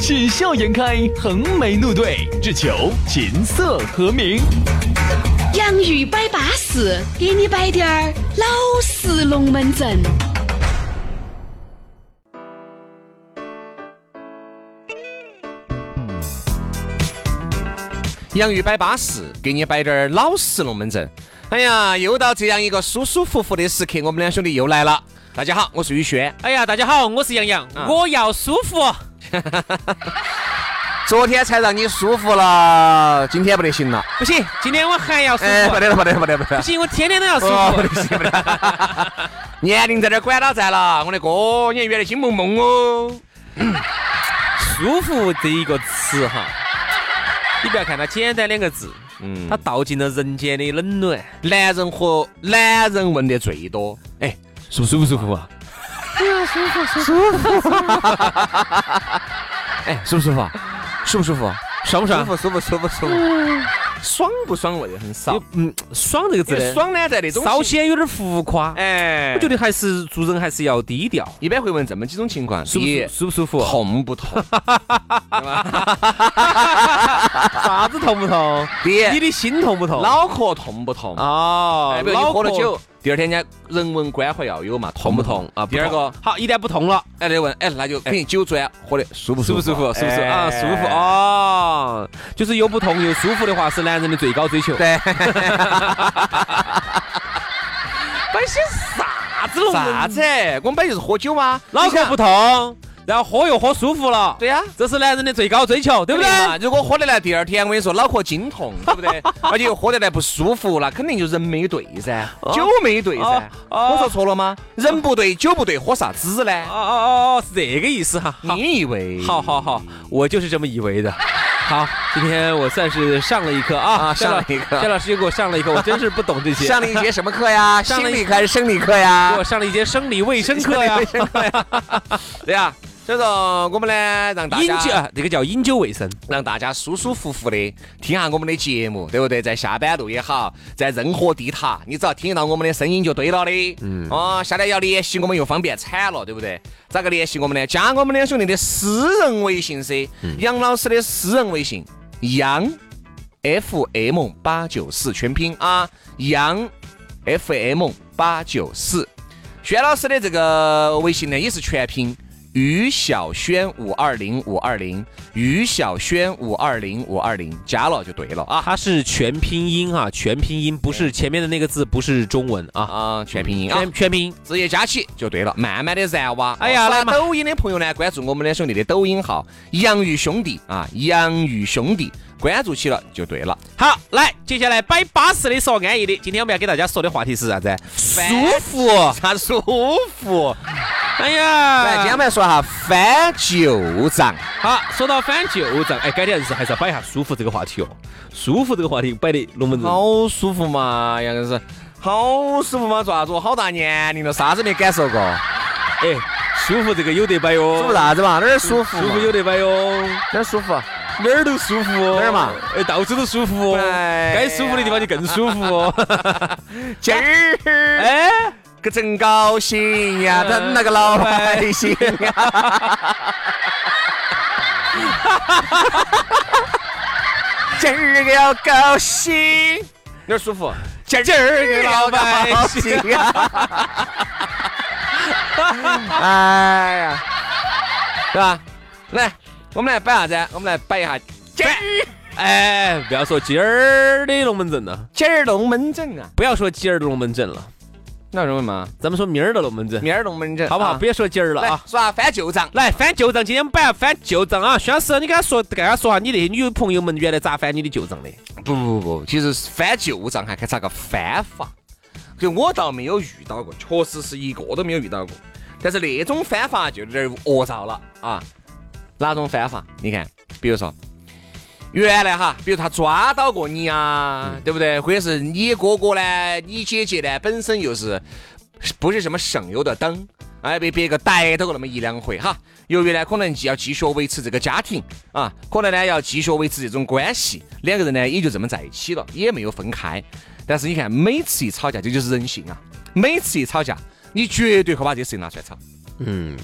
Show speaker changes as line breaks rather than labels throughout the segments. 喜笑颜开，横眉怒对，只求琴瑟和鸣。
洋芋摆巴士，给你摆点儿老式龙门阵。
洋芋摆巴适，给你摆点儿老实龙门阵。哎呀，又到这样一个舒舒服服的时刻，我们两兄弟又来了。大家好，我是宇轩。
哎呀，大家好，我是杨洋，我要舒服。
昨天才让你舒服了，今天不得行了。
不行，今天我还要舒
哎，
服
不。得了，不得了，不得了，不得
不
了。
行，我天天都要舒
哦，不
服。
得行，不得了。 年龄在这儿管到在了，我的哥，你看原来金萌萌哦。
舒服这一个词哈，你不要看它简单两个字，嗯，它道尽了人间的冷暖。
男人和男人问的最多，哎，舒不舒不舒服啊？对啊，舒服舒服舒服。哎，舒不舒服？舒不舒服？
爽
舒
不
服
爽？
舒服舒服舒服，爽不爽味很少
有。嗯，爽这个字
这
呢，
爽呢，在那种
稍，显有点浮夸。
哎，
我觉得还是做人还是要低调。
一般会问这么几种情况：
舒不
第一
舒舒不舒服？
痛不痛？
啥子痛不痛？
第
你
一，
的心痛不痛？
脑壳痛不痛？
哦
哎，比如你喝了
壳
酒，第二天人家人文关怀要有嘛，痛
痛
不
不
痛
痛
啊？第二个，
好，一旦不痛了。
哎，那就问，哎，那就肯定酒专喝的舒不
舒
舒服？
不舒服？是不是
哎
啊？舒服。哦，就是又不痛又舒服的话，是男人的最高追求。
对，
摆些啥子龙
哎啥子？我们本来就是喝酒嘛，
脑
你
壳
想
不痛，然后喝又喝舒服了。
对呀。
这是男人的最高追求，对
对
不
不
对
对？？如果喝得来，第二天我跟你说脑壳筋痛，对不 对？而且又喝得来不舒服，那肯定就人没对噻，酒没对噻。
哦
我说错了吗？人不对，酒不对，喝啥子
哦
呢？
哦哦，是这个意思哈。好，
你以为？
好，好，好，我就是这么 以为的。好，今天我算是上了一课啊，
啊上了一课
夏老师又给我上了一课，我真是不懂这些。
上了一节什么课呀？
上
心
了一
理课还是生理课
给
呀
我？上了一节生理卫生课呀，
生理课呀。 对呀，所以说我们呢，让大
饮酒，
家
啊这个叫饮酒卫生。
让大家舒舒服服的听下我们的节目，对不对？在下班路也好，在任何地塔，你只要听到我们的声音就对了的。嗯。哦，下来要联系我们又方便惨了，对不对？咋个联系我们呢？加我们两兄弟的私人微信噻，
嗯
杨老师的私人微信，杨 FM 八九四全拼啊，杨 FM 八九四。轩老师的这个微信呢也是全拼，于小轩五二零五二零，于小轩五二零五二零，加了就对了啊
它是全拼音哈、全拼音不是前面的那个字，不是中文啊，
啊，全拼音啊，
全全拼音。
直接加起就对了，慢慢的燃哇。
哎呀
哦刷
来嘛
抖音的朋友呢，关注我们两兄弟的抖音号“洋芋兄弟”啊，“洋芋兄弟”，关注起了就对了。
好，来，接下来摆巴适的说安逸的。今天我们要给大家说的话题是啥子？舒服。
啥舒服？
哎
来，今天我
呀，
们来说哈翻旧账。
好，说到翻旧账，哎，改天还是还是要摆一下舒服这个话题哦。舒服这个话题摆的龙门阵。
好舒服嘛，杨老师，好舒服嘛，做啥子？我好大年龄了，啥子没感受过？
哎，舒服这个有得摆哟。
舒服？啥子嘛？哪儿舒服？
舒服有，得摆哟，
哪儿舒服？啊
哪儿都舒服哦。
哪儿嘛？
哎，到处都舒服哦。
哎呀
该舒服的地方就更舒服哦。
今儿哎，
哎。
可真高兴呀，咱那个老百姓呀。今儿个要高兴，哪儿舒服？今儿个
老百姓
呀！哎呀，是吧？来，我们来摆啥子？我们来摆一下今儿
哎，不要说今儿的龙门阵了，
今儿龙门阵啊，
不要说今儿的龙门阵了，
那容易吗？
咱们说明儿的龙门阵，
明儿龙门阵
好不好？
啊
不要说今儿了
来
啊！
耍翻旧账。
来翻旧账，今天我们摆下翻旧账啊！宣师，你跟他说，跟他说啊下你那些女朋友们原来咋翻你的旧账的？
不不不，其实翻旧账还看咋个翻法，就我倒没有遇到过，确实是一个都没有遇到过。但是那种翻法就有点儿恶兆了啊！哪种翻法？你看，比如说，原来哈，比如他抓到过你啊，对不对？或者是你哥哥呢，你姐姐呢，本身又是不是什么省油的灯，哎，被别个逮到过那么一两回哈。由于呢，可能既要继续维持这个家庭啊，可能呢要继续维持这种关系，两个人呢也就这么在一起了，也没有分开。但是你看，每次一吵架，这就是人性啊！每次一吵架，你绝对会把这事情拿出来吵。
嗯，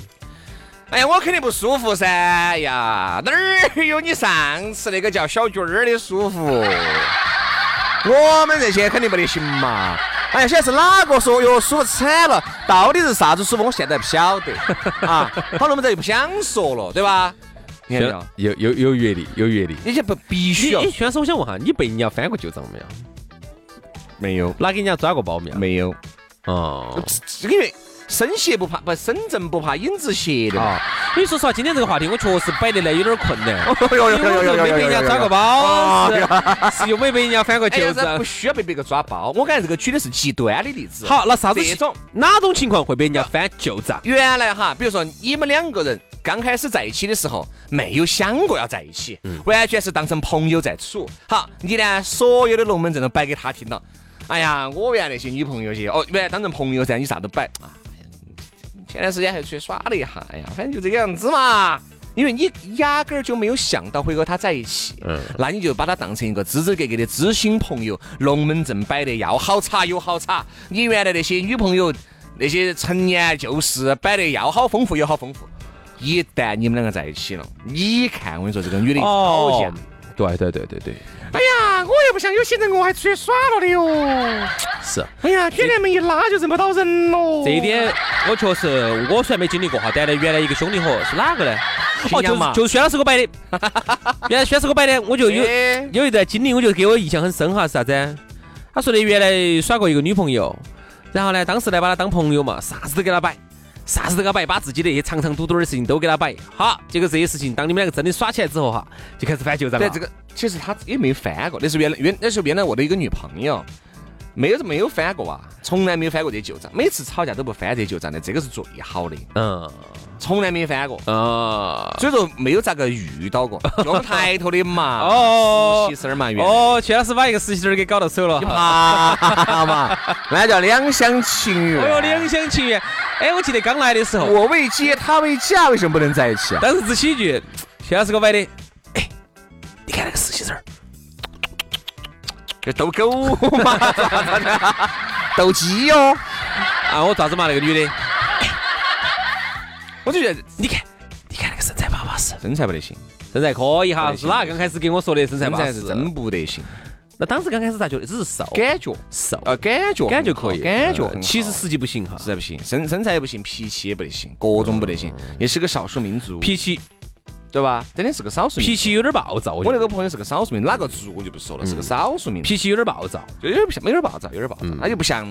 哎呀，我肯定不舒服噻！哎呀，哪儿有你上次那个叫小军儿的舒服？ 我们这些肯定不得行嘛！哎呀，现在是哪个说哟舒服惨了？到底是啥子舒服？我现在不晓 得啊。好了，我们这就不想说了，对吧？你看没
啊
有？
有有有阅历，有阅历。
你这不必须
你
要
哎，轩老师，我想问哈，你被人家翻过旧账没有？
没有
拿给人家抓过包没有？
没有，
哦，
因为深鞋不怕不深圳不怕影子斜的嘛。
所以说实话，今天这个话题我确实摆得来有点困 难。
哎呦呦
因为
呦
我
呦呦
是没被人家抓过
包。
包，是是又没被人家翻过
哎呀，
旧
这
账
不。需要被别个抓包，我感觉这个举的是极端的例子。，
好，哦那啥子
这种
哪种情况会被人家翻旧账？
原来哈，比如说你们两个人刚开始在一起的时候，没有想过要在一起，完全是当成朋友在处。好，你呢，所有的龙门阵都摆给他听了。哎呀，我原来那些女朋友些，哦，原来当成朋友噻，你啥都摆啊。前段时间还出去耍了一下，哎呀，反正就这个样子嘛。因为你压根儿就没有想到会和他在一起，
嗯
那你就把他当成一个支支格格的知心朋友，龙门阵摆得要好差有好差。你原来那些女朋友，那些陈年旧事摆得要好丰富有好丰富。一旦你们两个在一起了，你看我跟你说，这个女的讨
哦
厌。
嗯
对对对对对，
哎呀，我又不像有些人，我还出去耍了的哟。
是。
哎呀，卷帘门一拉就认不到人喽。
这一点我确实我虽然没经历过哈，但是原来一个兄弟伙是哪个呢？
新
哦就
疆
是
嘛
就是轩老师给我 摆的，原来轩老师给我摆的，我就有
哎
有一段经历，我就给我印象很深哈，是啥子？他说的原来耍过一个女朋友，然后呢，当时呢把她当朋友嘛，啥子都给她摆，啥子都给她摆，把自己的一些长长短短的事情都给她摆。好，结果这些事情，当你们两个真的耍起来之后哈，就开始翻旧账了。
对这个，其实他也没翻过，那是原来原那是原来我的一个女朋友，没有没有翻过啊，从来没有翻过这旧账，每次吵架都不翻这旧账的，这个是最好的，
嗯
从来没翻过，
啊
所以说没有咋个遇到过，就我们抬头的嘛，
哦
实习生嘛，原来。
哦，薛老师把一个实习生给搞到手了
你。怕嘛？那叫两厢情愿。
哎呦，两厢情愿。哎，我记得刚来的时候，
我为接，他为嫁，为什么不能在一起啊？
当时是喜剧，薛老师给我摆的。哎，你看那个实习生儿，
就斗狗嘛，斗鸡哟。
啊，我咋子嘛那个女 的，
我就觉得
你看，你看那个身材巴巴适，
身材不得行，
身材可以哈。
对
是哪个刚开始跟我说的身材
身
巴
材
适？
是真不得行，
那当时刚开始咋觉得只是瘦，
感觉。
瘦，
呃，感觉
啊感觉
很好
可以，
感觉
呃
很好
其实实际不行哈，
实在不行，身身材也不行，脾气也不得行，各种不得行，也是个少数民族，
嗯脾气
对吧？真的是个少数民族。
脾气有点暴躁，我
我
觉
那
得
个朋友是个少数民族，哪个族我就不说了，是个少数民族，
脾嗯气有点暴躁。
就有点不像，有点暴躁，有点暴躁，他就不像。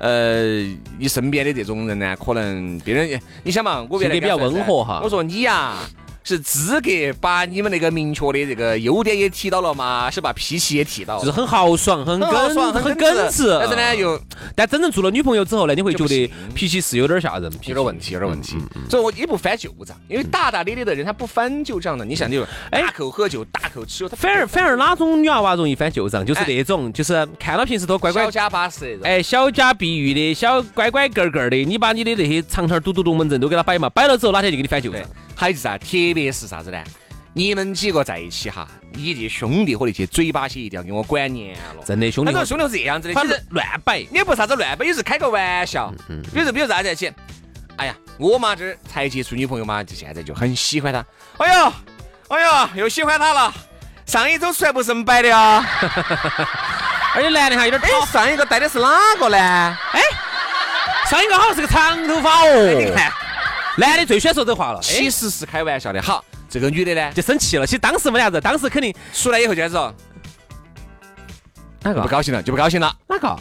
呃，你身边的这种人呢，可能别人也，你想嘛，我原来
性格比较
跟他说
温和哈
我说你呀、是资格把你们那个明确的这个优点也提到了嘛，是吧？脾气也提到了，
就是很豪爽，很
很豪爽，
耿，
很
耿直。
但是呢，又
但真正做了女朋友之后呢，你会
就
觉
不
得
行
脾气是有点吓人，
有点问题，有点问题。所以我也不翻旧账，因为大大咧咧的人他不翻旧账的。你想，就
哎
大口喝酒，大口吃肉，他
反而反而哪种女娃娃容易翻旧账？就是
哎
那种，就是看到平时都乖乖
小，家巴适。哎，
哎，小家碧玉的小乖乖个儿个儿的，你把你的那些长条嘟嘟龙门阵都给他摆嘛，摆了之后哪天就给你翻旧账
对。，还有就是啥，啊特别是啥子呢？你们几个在一起哈，你这兄弟伙那些嘴巴些一定要给我管严了。
真的兄弟
很多，
伙
兄弟是这样子的，
他
其实
乱摆，
你也不啥子乱摆，有时开个玩笑。
嗯
比如说，比如啥子起？哎呀，我嘛这儿才接触女朋友嘛，就现在就很喜欢她。哎呦，哎呦，又喜欢她了。上一周出来不是这么摆的啊？
而且男的哈有点
哎
讨，，哎
上一个带的是哪个呢？
上一个好像是个长头发哦。
看，
男的最喜欢说这话了，哎
其，实是开玩笑的。好，这个女的呢，
就生气了。其实当时没啥子，当时肯定
出来以后就开始说
哪个
不高兴了，就不高兴了。
哪个。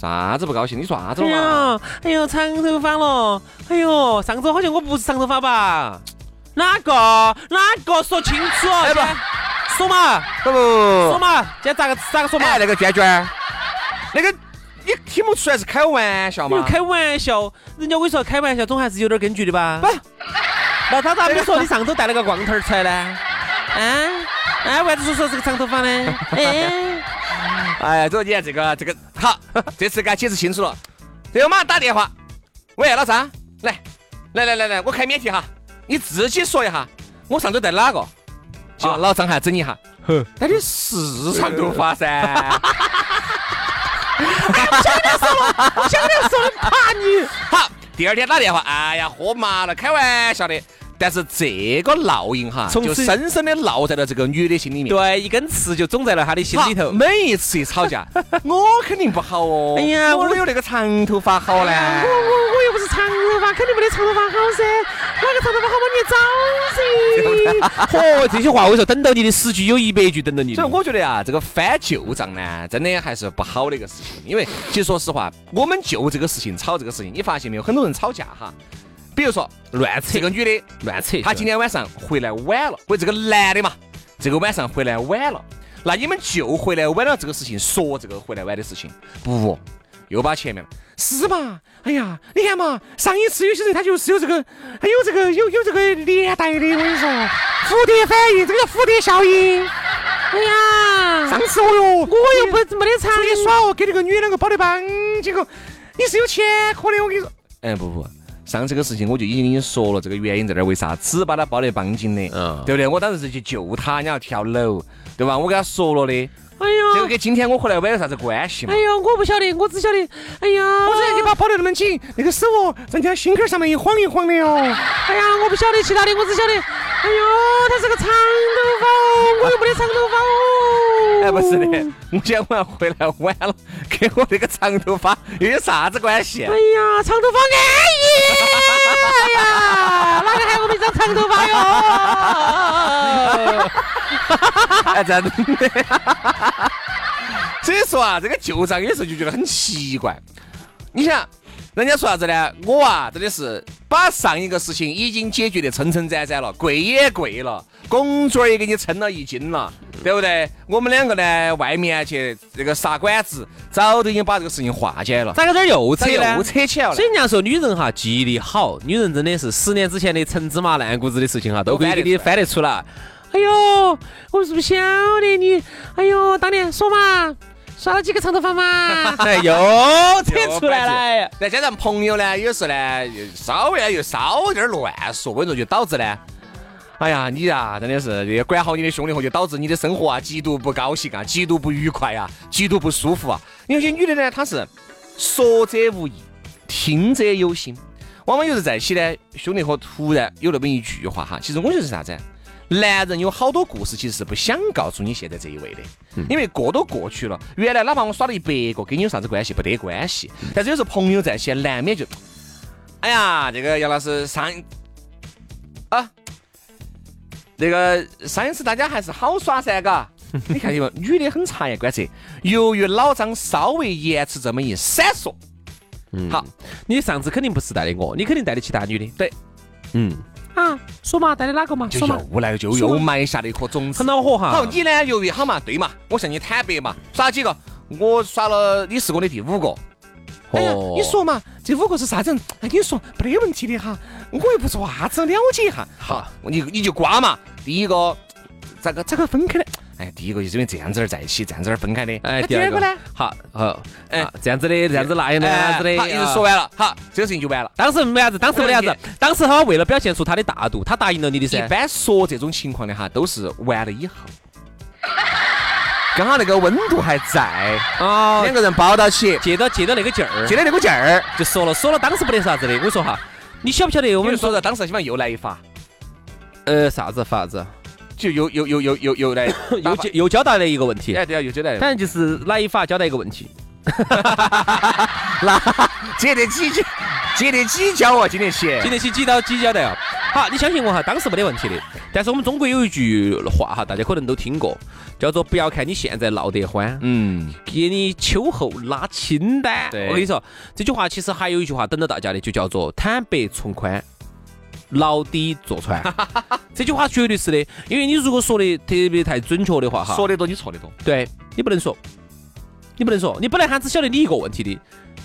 啥子不高兴？你说啥子
哎
嘛？
呀，哎呦，长头发了！哎呦，上周好像我不是长头发吧？哪个？哪个？说清楚！哎
不，
说嘛，
不不不
说
不，
嘛，今天咋个咋个说嘛？
哎，那个娟娟儿，那个你听不出来是开玩笑
你
吗？
开玩笑，人家我跟你说，开玩笑总还是有点根据的吧？那他咋没说你上周戴了个光头儿出来呢？啊， 哎，为啥子说是个长头发呢？哎，
哎呀，这你看这个这个好，这次给他解释清楚了。然后马上打电话，喂，老张，来，来来来来，我开免提哈，你自己说一下，我上周带哪个？希
啊
望老张还整一下。那你是长头 发噻。 好，第二天打电话，哎呀，喝麻了，开玩笑的。但是这个烙印哈，
从
就
此
深深的烙在了这个女的心里面。
对，一根刺就种在了他的心里
好
头。
每一次一吵 架，我肯定不好哦。
哎呀
我
我
哪有那个长头发好呢？
哎我又不是长头发，肯定没得长头发好噻。哪个长头发好 嘛？你找噻。嚯，这些话我跟你说，等到你的十句有一百句等到你的
所以。我觉得啊，这个翻旧账呢，真的还是不好的一个事情。因为其实说实话，我们就这个事情吵这个事情，你发现没有？很多人吵架哈，比如说
乱扯
这个女的
乱扯，
他今天晚上回来晚了，或者这个男的嘛，这个晚上回来晚了，那你们就回来晚了这个事情说这个回来晚的事情，不，又把前面是嘛？哎呀，你看嘛，上一次有些人他就是有这个，还有这个有有这个连带的，我跟你说，蝴蝶反应，这个叫蝴蝶效应。哎呀，上次我哟，我又不没得出去耍哦，给那个女的两个包的帮，结果你是有前科的，我跟你说。哎，不不，上这个事情我就已经跟你说了，这个原因在哪儿？为啥子把他包得绑紧的？
嗯
对不对？我当时是去救他，你要跳楼，对吧？我跟他说了的。哎呦，这个跟今天我回来晚有啥子关系嘛？哎呦，我不晓得，我只晓得，哎呀，我说你把包得那么紧，那个手哦，人家心口上面一晃一晃的哦。哎呀，我不晓得其他的，我只晓得，哎呦，他是个长头发哦，我又没得长头发哦。哎，不是的，我今天晚上回来晚了，跟我这个长头发又有啥子关系？
哎呀，长头发安逸！哎呀，哪个喊我们长长头发哟？
哎，真的。 所以说啊，这个旧账有时候就觉得很奇怪。你想，人家说啥子呢？我啊，真的是把上一个事情已经解决得撑撑展展了，跪也跪了，拱嘴儿也给你撑了一斤了，对不对？我们两个呢，外面去这个撒馆子，早都已经把这个事情化解了，
咋个这儿又扯
咋
呢
又？扯起来了
所？以人家说女人哈记忆力好，女人真的是十年之前的陈芝麻烂谷子的事情哈，都可以给你翻得出来。哎呦，我是不晓得你，哎呦，当年说嘛，耍了几个长头发嘛， 哎，又扯出来了哎呀。
再加上朋友呢，有时候呢又稍微呢又稍有点乱说，我跟你说就导致呢，哎呀，你呀、真的是也管好你的兄弟伙，就导致你的生活啊极度不高兴啊，极度不愉快啊，极度不舒服啊。有些女的呢，她是说者无意，听者有心。往往有时在一起呢，兄弟伙突然有那么一句话哈，其实我觉得是啥子啊？男人有好多故事其实是不想告诉你现在这一位的，因为过都过去了。原来哪怕我耍了一百个，跟你有啥子关系？不得关系。但是有时候朋友在一起，难免就，哎呀，这个杨老师上啊，那个上一次大家还是好耍噻，嘎。你看有没有？女的很察言观色，由于老张稍微延迟这么一闪烁，好，
你上次肯定不是带的我，你肯定带的其他女的。
对，
嗯，啊，说嘛，带的哪个嘛？
就
说嘛，
又来了，就又埋下了一颗种子
很。恼火啊哈。
好，你呢？由于好嘛，对嘛，我向你坦白嘛，耍几个？我耍了，你是我的第五个。哎呀，
哦
你说嘛，这五个是啥人？哎，你说没得问题的哈，我又不做啥子，了解一下。好，你你就瓜嘛。第一个，咋个咋个分开的？哎，第一个就是因为这样子而在一起，这样子而分开的。
哎，
那
第二个
呢？？
好，好，
哎
哎，这样子的，这样子那样的，那样子的，
哎好，一直
啊
说完了，好，这个事情就完了。
当时没啥子，当时没啥子，当时他为了表现出他的大度，他答应了你的
一
噻。
般说这种情况的哈，都是完了以后，刚好那个温度还在，
哦
两，个人抱到起，
借到借到那个劲儿
接，的那股劲儿。
就说了，说了，当时没得啥子的。我说哈，你晓不晓得我
我
们
们说说，当时希望又来一发，
呃啥子法 子，
就又又又又又又来
又交又交代了一个问题，
哎对啊，又接来
反正就是哪一法交代一个问题。
接得几交，接得几交哦，今天起。
今天起几刀几交代啊？好，你相信我哈，当时没得问题的。但是我们中国有一句话哈，大家可能都听过，叫做“不要看你现在闹得欢，
嗯，
给你秋后拉清单。
对
我跟你说，这句话其实还有一句话等着大家的，就叫做坦白从宽。牢底坐穿， 这句话绝对是的，因为你如果说的特别太准确的话，哈，
说得多，你错得多。
对你不能说，你不能说，你本来他只晓得你一个问题的，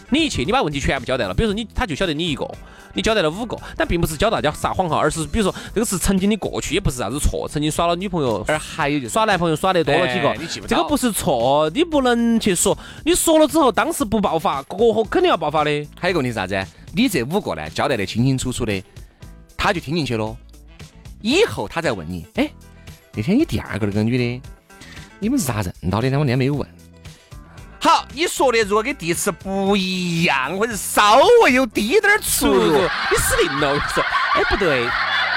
你一去，你把问题全部交代了。比如说你，他就晓得你一个，你交代了五个，但并不是教大家撒谎哈，而是比如说这个是曾经的过去，也不是啥子错，曾经耍了女朋友，
而还有就是
耍男朋友耍得多了几个
哎你记不，
这个
到
不是错，你不能去说，你说了之后，当时不爆发，过后肯定要爆发的。
还有一个问题是啥子？你这五个呢，交代得清清楚楚的，他就听进去了。以后他再问你，哎，那天你第二个那个女的，你们是咋认到的呢？我那天没有问。好，你说的如果跟第一次不一样，或者稍微有滴点儿出 入，
你死定了！我跟你说，哎，不对，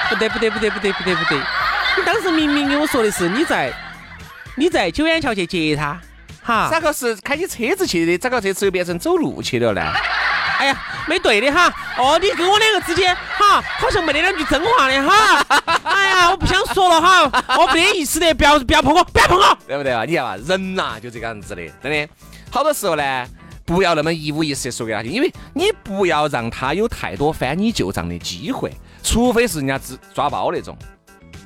不对，不对，不对，不对，不对，不对，你当时明明跟我说的是你在你在九眼桥去接他，哈
咋，个是开起车子去的？咋个这次又变成走路去了呢？
哎呀，没对的哈，哦，你跟我两个之间哈，好像没得两句真话的哈，哎呀，我不想说了哈，哦我没得意思的，不要不要碰我，不要碰我，
对不对啊？你看嘛，人呐、就这个样子的，真的。好多时候呢，不要那么一五一十地说给他听，因为你不要让他有太多翻你旧账的机会，除非是人家只抓包那种，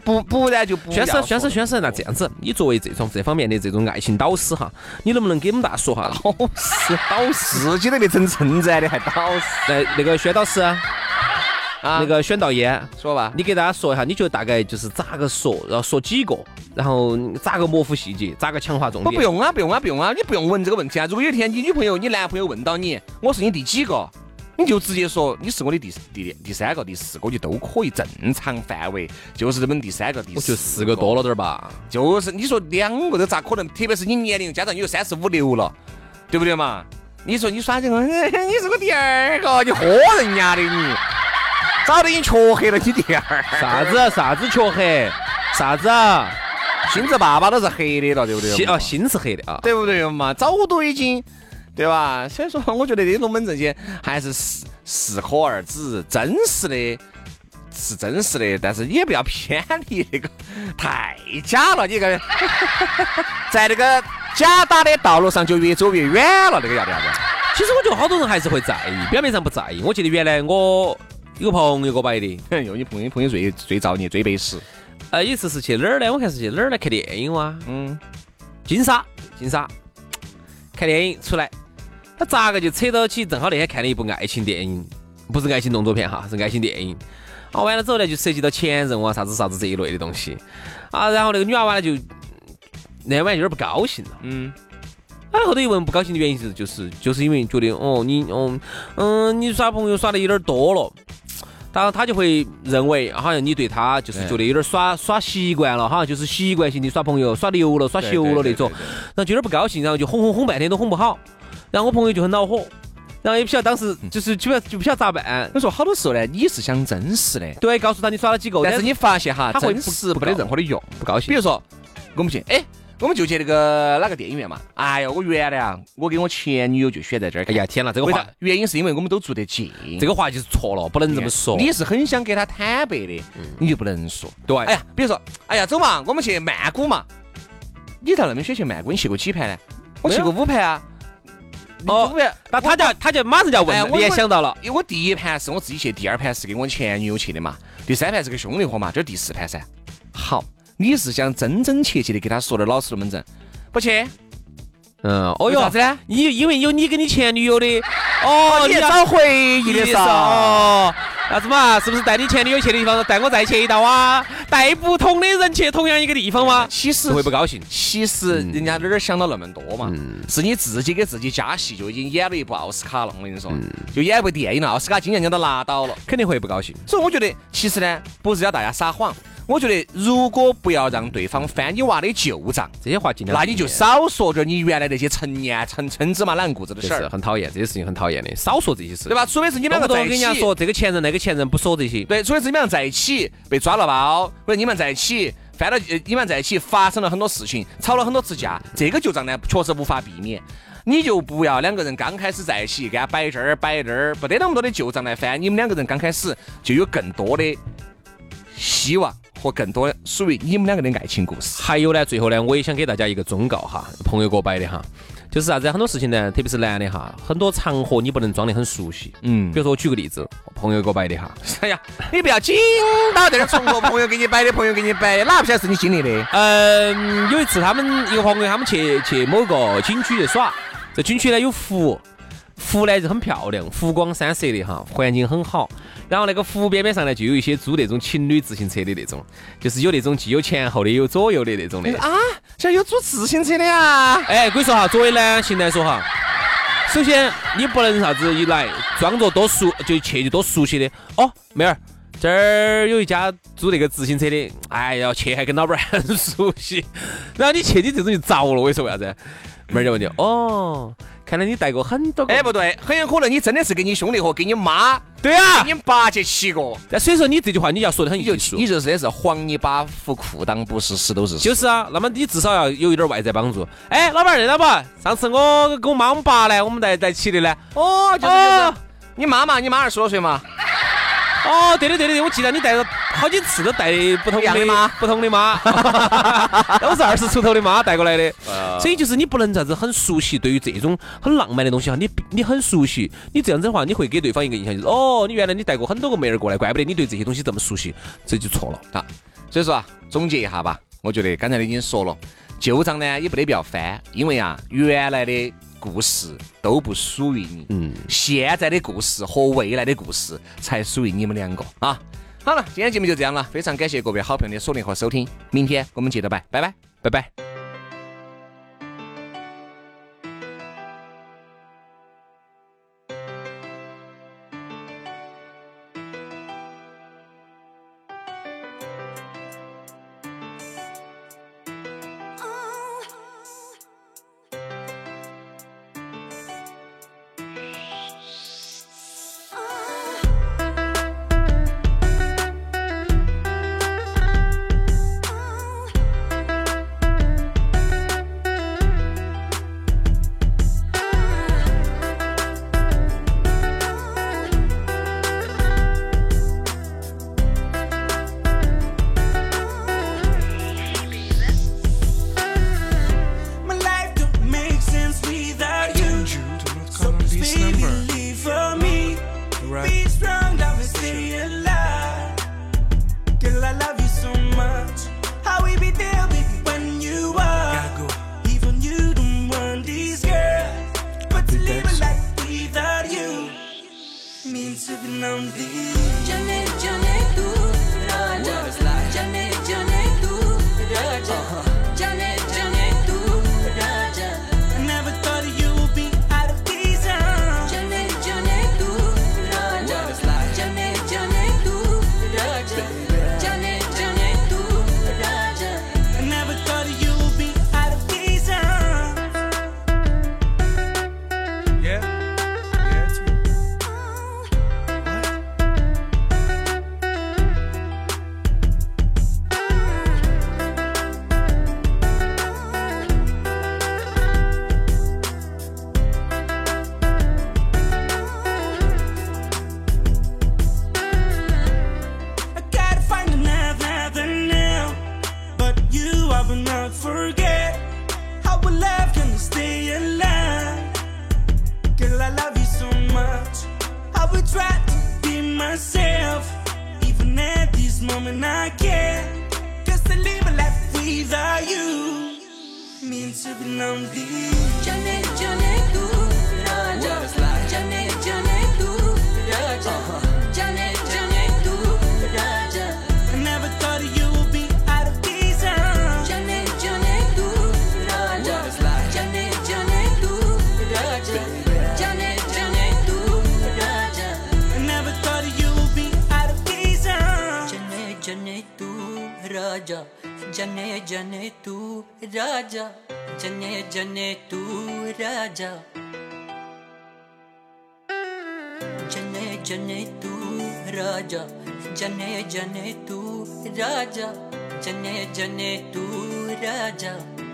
不不然就不
宣
要
师，
说
宣师， 宣师，那这样子，你作为这种这方面的这种爱情导师哈，你能不能给我们大家说哈？导师，导师，
自己都被整成这样的，还导师
那那个宣导师，
啊
那个宣导演，
说吧，
你给大家说一下，你觉得大概就是咋个说，然后说几个，然后咋个模糊细节，咋个强化重
我
点？
不用啊，不用啊，不用啊，你不用问这个问题啊。如果有一天你女朋友、你男朋友问到你，我是你第几个，你就直接说你是我的第第第三个、第四个，就都可以正常范围，就是这么第三个、第
我觉得
四
哦四个多了点儿吧。
就是你说两个都咋可能？特别是你年龄加上你又三十五六了，对不对嘛？你说你耍这个， 你是我第二个，你豁人家的你，早都已经黢黑了，你第二。
啥子啥子黢黑？啥子？啊？
心智爸爸都是黑的了，对不对嘛？
心啊，心是黑的啊。
对不对嘛？早都已经，对吧？所以说，我觉得这龙门阵些还是适适可而止，真实的。是真实的，但是也不要偏离那个太假了。你这个 在那个假打的道路上就越走越远了，那个要得要得。
其实我觉得好多人还是会在意，表面上不在意。我记得原来我有个朋友过来的，
哼有你朋友，朋友最最造孽，最背时。
呃，有一次是去哪儿呢？我看是去哪儿呢？看电影哇、
嗯，
金沙，金沙，看电影出来，他咋个就扯到起？正好那天看了一部爱情电影，不是爱情动作片哈，是爱情电影。啊，完了之后呢，就涉及到前任啊，啥子啥子这一类的东西。啊，然后那个女娃娃呢，就那晚就有点不高兴了。
嗯，
啊，后头一问不高兴的原因是，就是就是因为觉得哦，你哦，嗯，你耍朋友耍的有点多了。当然，他就会认为好像你对他就是觉得有点耍耍习惯了，好像就是习惯性的耍朋友耍流了、耍
对
熟了
对
那
对
种
对。
然后就有点不高兴，然后就哄哄哄半天都哄不好，然后我朋友就很恼火，然后也不晓得当时就是就不晓就不晓得咋办，
我说好多时候呢，你是想真实的，
对，告诉他你耍了几个，
但是你发现哈，
他会
真
不
实
不
没得
搞
任何的用。
不高
比
兴，
如说，我们去，哎，我们就去那个哪个电影院嘛。哎呀，我原来啊，我跟我前女友就选在这儿
哎
看。
呀天哪，这个
为
话
啥？原因是因为我们都住得近。
这个话就是错了，不能这么说。
你是很想给他坦白的，你就不能说。
对，
哎呀，比如说，哎呀，走嘛，我们去曼谷嘛。你到那边选去曼谷，你去过几盘呢？我去过五盘啊。
哦
五盘。
那他就要他就马上就要
哎
问，
我
你也想到了，
因为我第一盘是我自己去，第二盘是跟我前女友去的嘛，第三盘是跟兄弟伙嘛，这是第四盘噻。好，你是想真真切切的给他说的老实龙门阵，不去？
嗯，哦
有
哟
啥子呢？
你因为有你跟你前女 友的，哦，
你
你
也
要
找回忆的噻。
哦，啥子嘛？是不是带你前女友去的地方，带我再去一道啊？带不同的人去同样一个地方吗？
其实
就会不高兴。
其实
嗯
人家哪儿想到那么多嘛，是你自己给自己加戏，就已经演了一部奥斯卡了。我跟你说，
嗯
就演一部电影了，奥斯卡今年人都拿到了。
肯定会不高兴，
所以我觉得，其实呢，不是要大家撒谎，我觉得如果不要让对方翻你娃的旧账，
这些话尽量
那
避免。
你就少说点你原来那些陈年陈陈芝麻烂谷子的
这
事
是
儿，
很讨厌，这些事情很讨厌的，少说这些事，
对？吧？除非是你们两个
动不动
在
跟
一
人家
起，
说这个前任那个前任不说这些，
对，除非是你们俩在一起被抓了包，或者你们在一起翻了，呃你们在一起发生了很多事情，吵了很多次架，这个旧账呢确实无法避免。你就不要两个人刚开始在一起，给他摆这儿摆那儿，不得那么多的旧账来翻。你们两个人刚开始就有更多的希望和更多属于你们两个的爱情故事。
还有呢，最后呢，我也想给大家一个忠告哈，朋友给我摆的哈，就是啥子？很多事情呢，特别是男的哈，很多场合你不能装得很熟悉。
嗯
比如说我举个例子，我朋友给我摆的哈，
哎呀，你不要紧到在这儿重复朋友给你摆的，朋友给你摆的，哪不晓得是你经历的？
嗯，有一次他们一个朋友他们去去某个景区去耍，这景区呢有湖，湖呢就很漂亮，湖光山色的哈，环境很好。然后那个湖边边上呢，就有一些租那种情侣自行车的那种，就是有那种既有前后的，也有左右的那种的。
啊，现在有租自行车的啊？
哎，可以说哈，作为男性来说哈，首先你不能啥子一来装作多熟就去就多熟悉的哦，妹儿。这儿有一家租那个自行车的，哎呀，去还跟老板儿 很熟悉。然后你去，你这种就遭了。我跟你说为啥子？妹儿就问你，哦，看来你带过很多个。
哎，不对，很有可能你真的是跟你兄弟伙、跟你妈、
对啊
跟， 你爸去骑过，
但所以说你这句话你要说的很
你就
艺术
你，就真的是黄泥巴糊裤裆不是屎都是屎。
就是啊。那么你至少要有一点外在帮助。哎，老板儿，那老板儿，上次我跟我妈我们爸呢，我们在在骑的呢。
哦，
就是就是
你妈嘛，你妈二十多岁嘛，
哦，对的对的对，我记得你带了好几次都带不同
一样的
的
妈
不同的妈。我是二十出头的妈带过来的，所以就是你不能啥子很熟悉，对于这种很浪漫的东西哈，你你很熟悉，你这样子的话，你会给对方一个印象就是哦，你原来你带过很多个妹儿过来，怪不得你对这些东西这么熟悉，这就错了。
啊，所以说啊，总结一下吧，我觉得刚才已经说了，旧账呢也不得必要翻，因为啊，原来的故事都不属于你，嗯，现在的故事和未来的故事才属于你们两个啊。好了，今天节目就这样了，非常感谢各位好朋友的锁定和收听，明天我们接着拜，拜拜，拜拜。
My life don't make sense without you. So please, baby, leave for me. Be strong, I will stay alive. Girl, I love you so much. How we be there, baby, when you are. Even you don't want these girls, but to live a life without you means to be lonely.
Janet, Janet, tú, Raja. Janet, Janet, tú, Raja. Janet, Janet, tú, Raja.
I never thought you would be out of these arms.
Janet, Janet, tú, Raja. Janet, Janet, tú, Raja. Janet, Janet, tú, Raja.
I never thought you would be out of these arms. Yeah. Yeah, it's me. I gotta find another now. But you I will not forget how we love can stay alive. Girl, I love you so much. I will try to be myself. Even at this moment I can't. Cause to live a life without you means to be lonely.
Janet, Janet, tú, Raja. Janet, Janet, tú, Raja. Janet, Janet, tú, Raja.
I never thought you would be out of these arms.
Janet, Janet, tú, Raja. Janet, Janet, tú, Raja. Janet, Janet, tú, Raja.
I never thought you would be out of these arms.
Janet, Janet, tú, Raja. Janet, Janet, tú, Raja. Janet, Janet, tú, Raja. Janet, Janet, tú, Raja. Janet, Janet, tú, Raja. Janet, Janet, tú, Raja.